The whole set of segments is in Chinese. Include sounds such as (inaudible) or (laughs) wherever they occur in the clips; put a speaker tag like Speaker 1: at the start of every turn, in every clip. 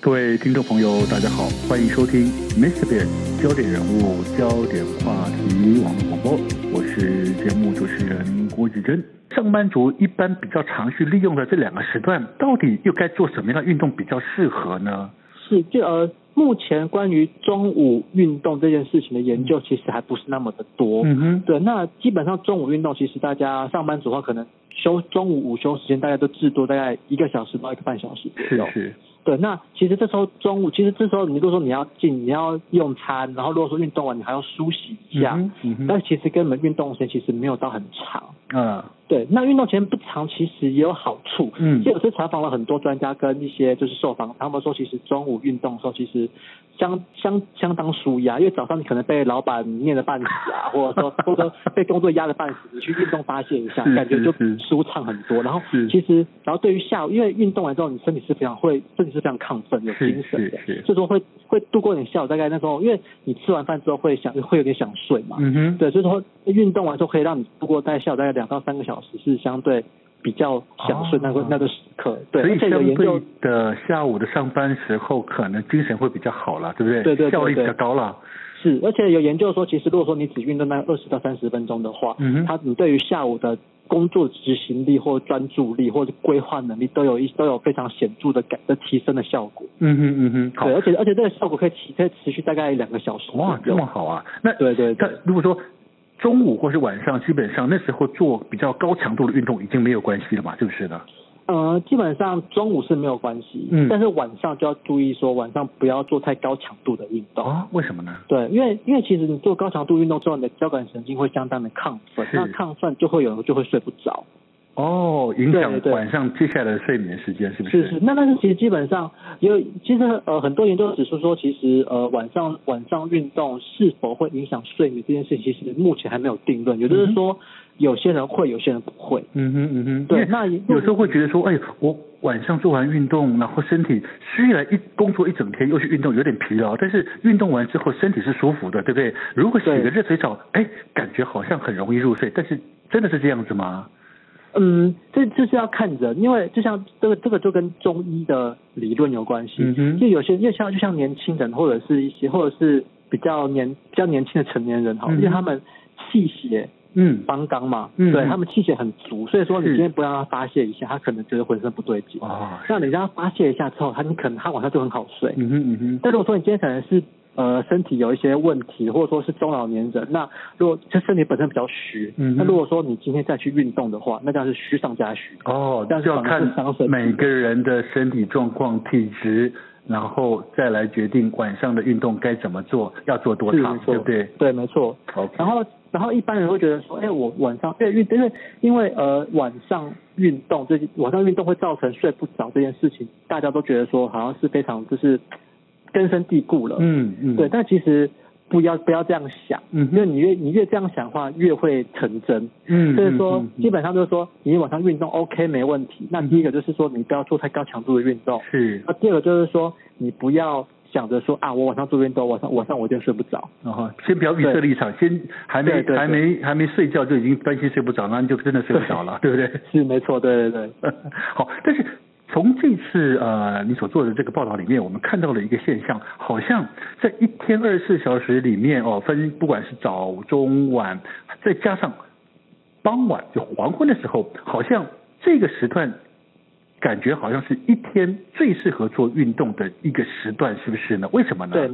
Speaker 1: 各位听众朋友，大家好，欢迎收听 Mr. Bear 焦点人物、焦点话题网络广播，我是节目主持人郭志珍。上班族一般比较常去利用的这两个时段，到底又该做什么样的运动比较适合呢？
Speaker 2: 是，就呃，目前关于中午运动这件事情的研究，其实还不是那么的多。
Speaker 1: 嗯哼，
Speaker 2: 对，那基本上中午运动，其实大家上班族的话，可能休中午午休时间，大家都至多大概一个小时到一个半小时左
Speaker 1: 是
Speaker 2: 右。
Speaker 1: 是，
Speaker 2: 对，那其实这时候中午，其实这时候你如果说你要进，你要用餐，然后如果说运动完，你还要梳洗一下，
Speaker 1: 嗯哼嗯哼，
Speaker 2: 但其实跟我们运动时间其实没有到很长。
Speaker 1: 啊，
Speaker 2: 对，那运动时间不长，其实也有好处。
Speaker 1: 嗯
Speaker 2: 其实我是采访了很多专家跟一些就是受访，他们说其实中午运动的时候其实相相相当舒压，因为早上你可能被老板念的半死
Speaker 1: (laughs)
Speaker 2: 啊，或者说或者说被工作压的半死，你去运动发泄一下，
Speaker 1: 是
Speaker 2: 感觉就是舒畅很多。然后
Speaker 1: 是
Speaker 2: 其实然后对于下午，因为运动完之后你身体是非常会身体是非常亢奋有
Speaker 1: 是
Speaker 2: 精神的
Speaker 1: 是，是，
Speaker 2: 所以说会会度过你下午大概那时候，因为你吃完饭之后会想会有点想睡嘛，
Speaker 1: 嗯哼，
Speaker 2: 对，所以说运动完之后可以让你度过在下午大概两到三个小时是相对比较享受那个、
Speaker 1: 哦
Speaker 2: 那个时刻。对，
Speaker 1: 所
Speaker 2: 而
Speaker 1: 以
Speaker 2: 且有
Speaker 1: 相
Speaker 2: 研究
Speaker 1: 对，的下午的上班时候，可能精神会比较好了，对不对？
Speaker 2: 对对对
Speaker 1: 效率比
Speaker 2: 对
Speaker 1: 较高了。
Speaker 2: 是，而且有研究说，其实如果说你只运动那二十到三十分钟的话，
Speaker 1: 嗯哼
Speaker 2: 它你对于下午的工作执行力或专注力或者规划能力都有一都有非常显著的改的提升的效果。
Speaker 1: 嗯哼嗯哼，好
Speaker 2: 对，，而且而且这个效果可以持可以持续大概两个小时左右。
Speaker 1: 哇，这么好啊！那
Speaker 2: 对对对
Speaker 1: 但如果说中午或是晚上，基本上那时候做比较高强度的运动已经没有关系了嘛，是不是呢？
Speaker 2: 呃，基本上中午是没有关系，
Speaker 1: 嗯
Speaker 2: 但是晚上就要注意说晚上不要做太高强度的运动。
Speaker 1: 啊，为什么呢？
Speaker 2: 对，因为因为其实你做高强度运动之后，你的交感神经会相当的亢奋，
Speaker 1: 是
Speaker 2: 那亢奋就会有人就会睡不着。
Speaker 1: 哦，影响
Speaker 2: 对对
Speaker 1: 晚上接下来的睡眠时间嗯是不
Speaker 2: 是是，那但是其实基本上也有，其实呃很多研究指出说，其实呃晚上晚上运动是否会影响睡眠这件事情，其实目前还没有定论，也就是说有些人会，有些人不会。
Speaker 1: 嗯哼嗯哼，
Speaker 2: 对
Speaker 1: 因为
Speaker 2: 那
Speaker 1: 有时候会觉得说，哎，我晚上做完运动，然后身体虽然一工作一整天又去运动，有点疲劳，但是运动完之后身体是舒服的，对不对？如果洗
Speaker 2: 对
Speaker 1: 个热水澡，哎，感觉好像很容易入睡，但是真的是这样子吗？
Speaker 2: 嗯，这这是要看人，因为就像这个这个就跟中医的理论有关系。
Speaker 1: 嗯哼
Speaker 2: 就有些就像就像年轻人或者是一些或者是比较年比较年轻的成年人哈，
Speaker 1: 嗯哼
Speaker 2: 因为他们气血
Speaker 1: 嗯，
Speaker 2: 方刚嘛，
Speaker 1: 嗯
Speaker 2: 对
Speaker 1: 嗯
Speaker 2: 他们气血很足，所以说你
Speaker 1: 是
Speaker 2: 今天不让他发泄一下，他可能觉得浑身不对劲。
Speaker 1: 哦，
Speaker 2: 那你让他发泄一下之后，他你可能他晚上就很好睡。
Speaker 1: 嗯哼嗯哼。
Speaker 2: 但如果说你今天可能是呃身体有一些问题，或者说是中老年人，那如果就身体本身比较虚，
Speaker 1: 嗯哼
Speaker 2: 那如果说你今天再去运动的话，那这样是虚上加虚。
Speaker 1: 哦，
Speaker 2: 但是
Speaker 1: 就要
Speaker 2: 反而
Speaker 1: 看
Speaker 2: 是伤身体
Speaker 1: 每个人的身体状况、体质，然后再来决定晚上的运动该怎么做，要做多
Speaker 2: 是
Speaker 1: 长
Speaker 2: 没，错
Speaker 1: 对不对
Speaker 2: 对，没错。
Speaker 1: ？OK，
Speaker 2: 然后，然后一般人会觉得说，哎，我晚上因为运，因为因为呃晚上运动这晚上运动会造成睡不着这件事情，大家都觉得说好像是非常就是根深蒂固了。
Speaker 1: 嗯嗯，
Speaker 2: 对，，但其实不要不要这样想，
Speaker 1: 嗯
Speaker 2: 因为
Speaker 1: 哼，
Speaker 2: 你越你越这样想的话，越会成真。
Speaker 1: 嗯，
Speaker 2: 所以说
Speaker 1: 嗯，嗯
Speaker 2: 基本上就是说，你晚上运动 OK 没问题。那第一个就是说，你不要做太高强度的运动。
Speaker 1: 是，
Speaker 2: 那第二个就是说，你不要想着说啊，我晚上做运动，晚上晚上我一定睡不着。
Speaker 1: 然后先不要预设立场，先还没
Speaker 2: 对对
Speaker 1: 还没还没睡觉就已经担心睡不着，那你就真的睡不着了，对不对？
Speaker 2: 是没错，对对对。
Speaker 1: (laughs) 好，但是从这次呃你所做的这个报道里面，我们看到了一个现象，好像在一天二十四小时里面哦，分不管是早中晚，再加上傍晚就黄昏的时候，好像这个时段感觉好像是一天最适合做运动的一个时段，是不是呢？为什么呢？
Speaker 2: 对，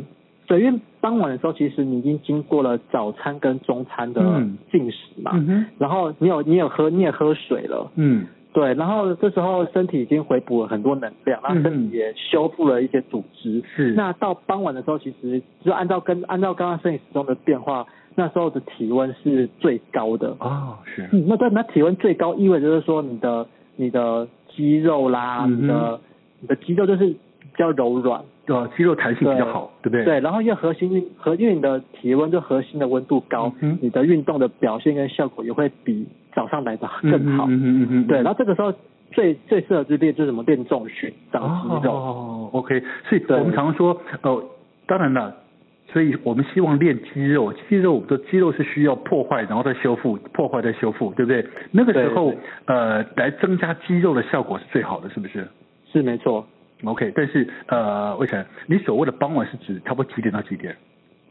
Speaker 2: 对，因为傍晚的时候，其实你已经经过了早餐跟中餐的
Speaker 1: 嗯
Speaker 2: 进食嘛，
Speaker 1: 嗯哼，
Speaker 2: 然后你有你有喝你也喝水了，
Speaker 1: 嗯，
Speaker 2: 对，然后这时候身体已经回补了很多能量，然后身
Speaker 1: 嗯
Speaker 2: 体也修复了一些组织。
Speaker 1: 是。
Speaker 2: 那到傍晚的时候，其实就按照跟按照刚刚生理时钟的变化，那时候的体温是最高的。
Speaker 1: 哦，是，
Speaker 2: 嗯，那对，那体温最高意味着就是说你的你的肌肉啦，
Speaker 1: 嗯哼
Speaker 2: 你的你的肌肉就是比较柔软，
Speaker 1: 呃，肌肉弹性比较
Speaker 2: 对
Speaker 1: 好，对不对？
Speaker 2: 对，然后因为核心运核因为你的体温就核心的温度高，
Speaker 1: 嗯哼
Speaker 2: 你的运动的表现跟效果也会比早上来的
Speaker 1: 嗯，
Speaker 2: 更好。
Speaker 1: 嗯哼嗯哼，嗯哼
Speaker 2: 对，然后这个时候最最适合就是练就是什么练重训、长肌肉。
Speaker 1: 哦，OK，所以
Speaker 2: 对
Speaker 1: 我们常说，呃，当然了，所以我们希望练肌肉，肌肉我们的肌肉是需要破坏，然后再修复，破坏再修复，对不对？那个时候
Speaker 2: 对对，
Speaker 1: 呃，来增加肌肉的效果是最好的，是不是？
Speaker 2: 是没错，
Speaker 1: OK，但是呃，魏晨，你所谓的傍晚是指差不多几点到几点？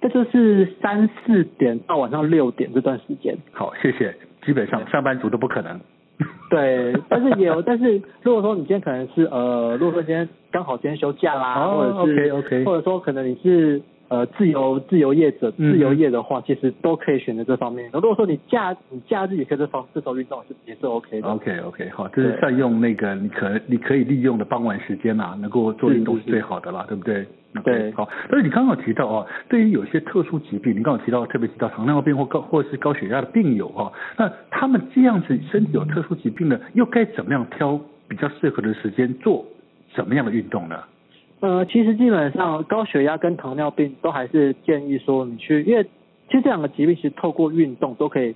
Speaker 2: 这就是三四点到晚上六点这段时间。
Speaker 1: 好，谢谢。基本上上班族都不可能。 (laughs)
Speaker 2: 对，但是也有，但是如果说你今天可能是呃，如果说今天刚好今天休假啦，
Speaker 1: 哦
Speaker 2: 或者是
Speaker 1: OK，OK
Speaker 2: 或者说可能你是呃自由自由业者，
Speaker 1: 嗯
Speaker 2: 自由业的话，其实都可以选择这方面。如果说你假你假日也可以这方这时候运动也是也是 OK 的。
Speaker 1: OK OK，好，这是
Speaker 2: 对
Speaker 1: 善用那个你可你可以利用的傍晚时间啊，能够做运动
Speaker 2: 是
Speaker 1: 是
Speaker 2: 是
Speaker 1: 最好的啦，对不对？
Speaker 2: 对
Speaker 1: OK，好。但是你刚刚有提到哦，对于有些特殊疾病，你刚刚有提到特别提到糖尿病或高或是高血压的病友哦，那他们这样子身体有特殊疾病的，又该怎么样挑比较适合的时间做什么样的运动呢？
Speaker 2: 呃，其实基本上高血压跟糖尿病都还是建议说你去，因为其实这两个疾病其实透过运动都可以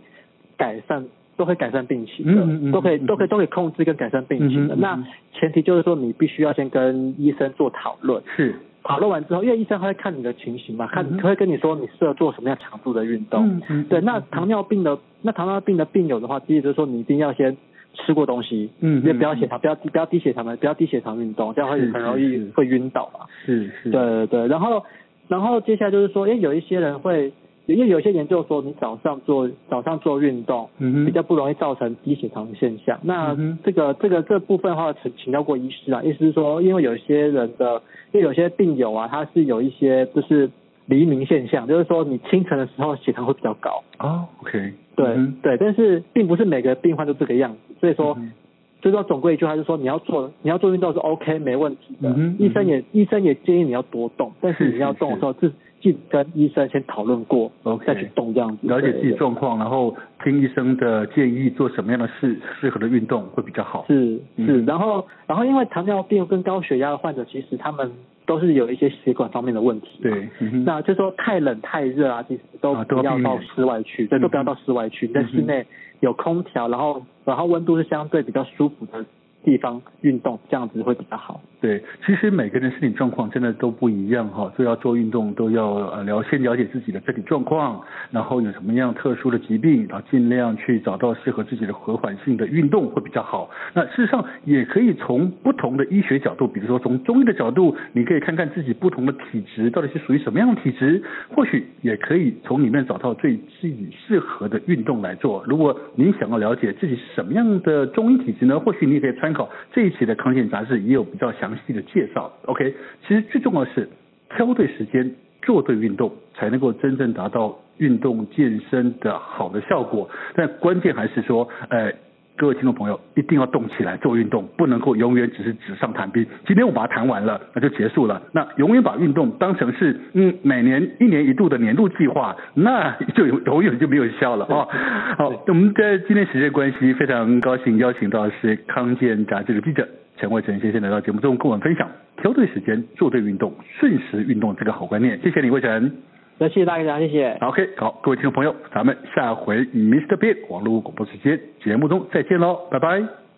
Speaker 2: 改善，都可以改善病情
Speaker 1: 嗯
Speaker 2: 的，
Speaker 1: 嗯嗯
Speaker 2: 都可以
Speaker 1: 嗯嗯
Speaker 2: 都可以都可以控制跟改善病情的。
Speaker 1: 嗯嗯嗯
Speaker 2: 那前提就是说你必须要先跟医生做讨论，
Speaker 1: 是，
Speaker 2: 讨论完之后，因为医生他会看你的情形嘛，看
Speaker 1: 嗯
Speaker 2: 他会跟你说你适合做什么样强度的运动。
Speaker 1: 嗯嗯
Speaker 2: 对，那糖尿病的那糖尿病的病友的话，第一就是说你一定要先吃过东西，
Speaker 1: 嗯嗯
Speaker 2: 也不要血糖，不要低不要低血糖的，不要低血糖运动，这样会
Speaker 1: 是
Speaker 2: 很容
Speaker 1: 是
Speaker 2: 易
Speaker 1: 是
Speaker 2: 会晕倒嘛。
Speaker 1: 是是，
Speaker 2: 对对对，然后然后接下来就是说，因为有一些人会，因为有一些研究说，你早上做早上做运动，
Speaker 1: 嗯哼
Speaker 2: 比较不容易造成低血糖的现象。那
Speaker 1: 嗯哼
Speaker 2: 这个、这个这部分的话，请请教过医师啊，意思是说，因为有一些人的，因为有些病友啊，他是有一些就是黎明现象，就是说你清晨的时候血糖会比较高，
Speaker 1: 哦，OK，
Speaker 2: 对、
Speaker 1: 嗯
Speaker 2: 对，但是并不是每个病患都这个样子，所以说。
Speaker 1: 嗯哼
Speaker 2: 就是说，总归一句话，就是说你要做，你要做运动是 OK 没问题的。
Speaker 1: 嗯哼
Speaker 2: 医生也、医生也建议你要多动，但
Speaker 1: 是
Speaker 2: 是
Speaker 1: 是
Speaker 2: 你要动的时候，自己跟医生先讨论过
Speaker 1: OK
Speaker 2: 再去动这样子。
Speaker 1: 了解
Speaker 2: 对
Speaker 1: 自己状况，然后听医生的建议，做什么样的适适合的运动会比较好。
Speaker 2: 是
Speaker 1: 嗯
Speaker 2: 是，然后然后因为糖尿病跟高血压的患者，其实他们都是有一些血管方面的问题。。
Speaker 1: 对，嗯哼
Speaker 2: 那就说太冷太热啊，其实都
Speaker 1: 啊都要
Speaker 2: 不要
Speaker 1: 避免
Speaker 2: 到室外去，对，
Speaker 1: 嗯
Speaker 2: 都不要到室外去，你在室内有空调，然后然后温度是相对比较舒服的地方运动，这样子会比较好。
Speaker 1: 对，其实每个人身体状况真的都不一样哈，所以要做运动都要呃了先了解自己的身体状况，然后有什么样特殊的疾病，然后尽量去找到适合自己的和缓性的运动会比较好。那事实上也可以从不同的医学角度，比如说从中医的角度，你可以看看自己不同的体质到底是属于什么样的体质，或许也可以从里面找到最自己适合的运动来做。如果您想要了解自己是什么样的中医体质呢，或许你也可以参考这一期的康健杂志，也有比较详细的介绍。OK，其实最重要的是挑对时间，做对运动，才能够真正达到运动健身的好的效果。但关键还是说，呃。各位听众朋友，一定要动起来做运动，不能够永远只是纸上谈兵。今天我把它谈完了，那就结束了。那永远把运动当成是嗯每年一年一度的年度计划，那就有 (laughs) 永远就没有效了啊、好，我们在今天时间关系，非常高兴邀请到是康健杂志的记者陈慧成先生来到节目中跟我们分享挑对时间做对运动，顺时运动这个好观念。谢谢你，慧成。
Speaker 2: 那谢谢大家，谢谢。
Speaker 1: OK，好，各位听众朋友，咱们下回 Mr. Big 网络广播时间节目中再见喽，拜拜。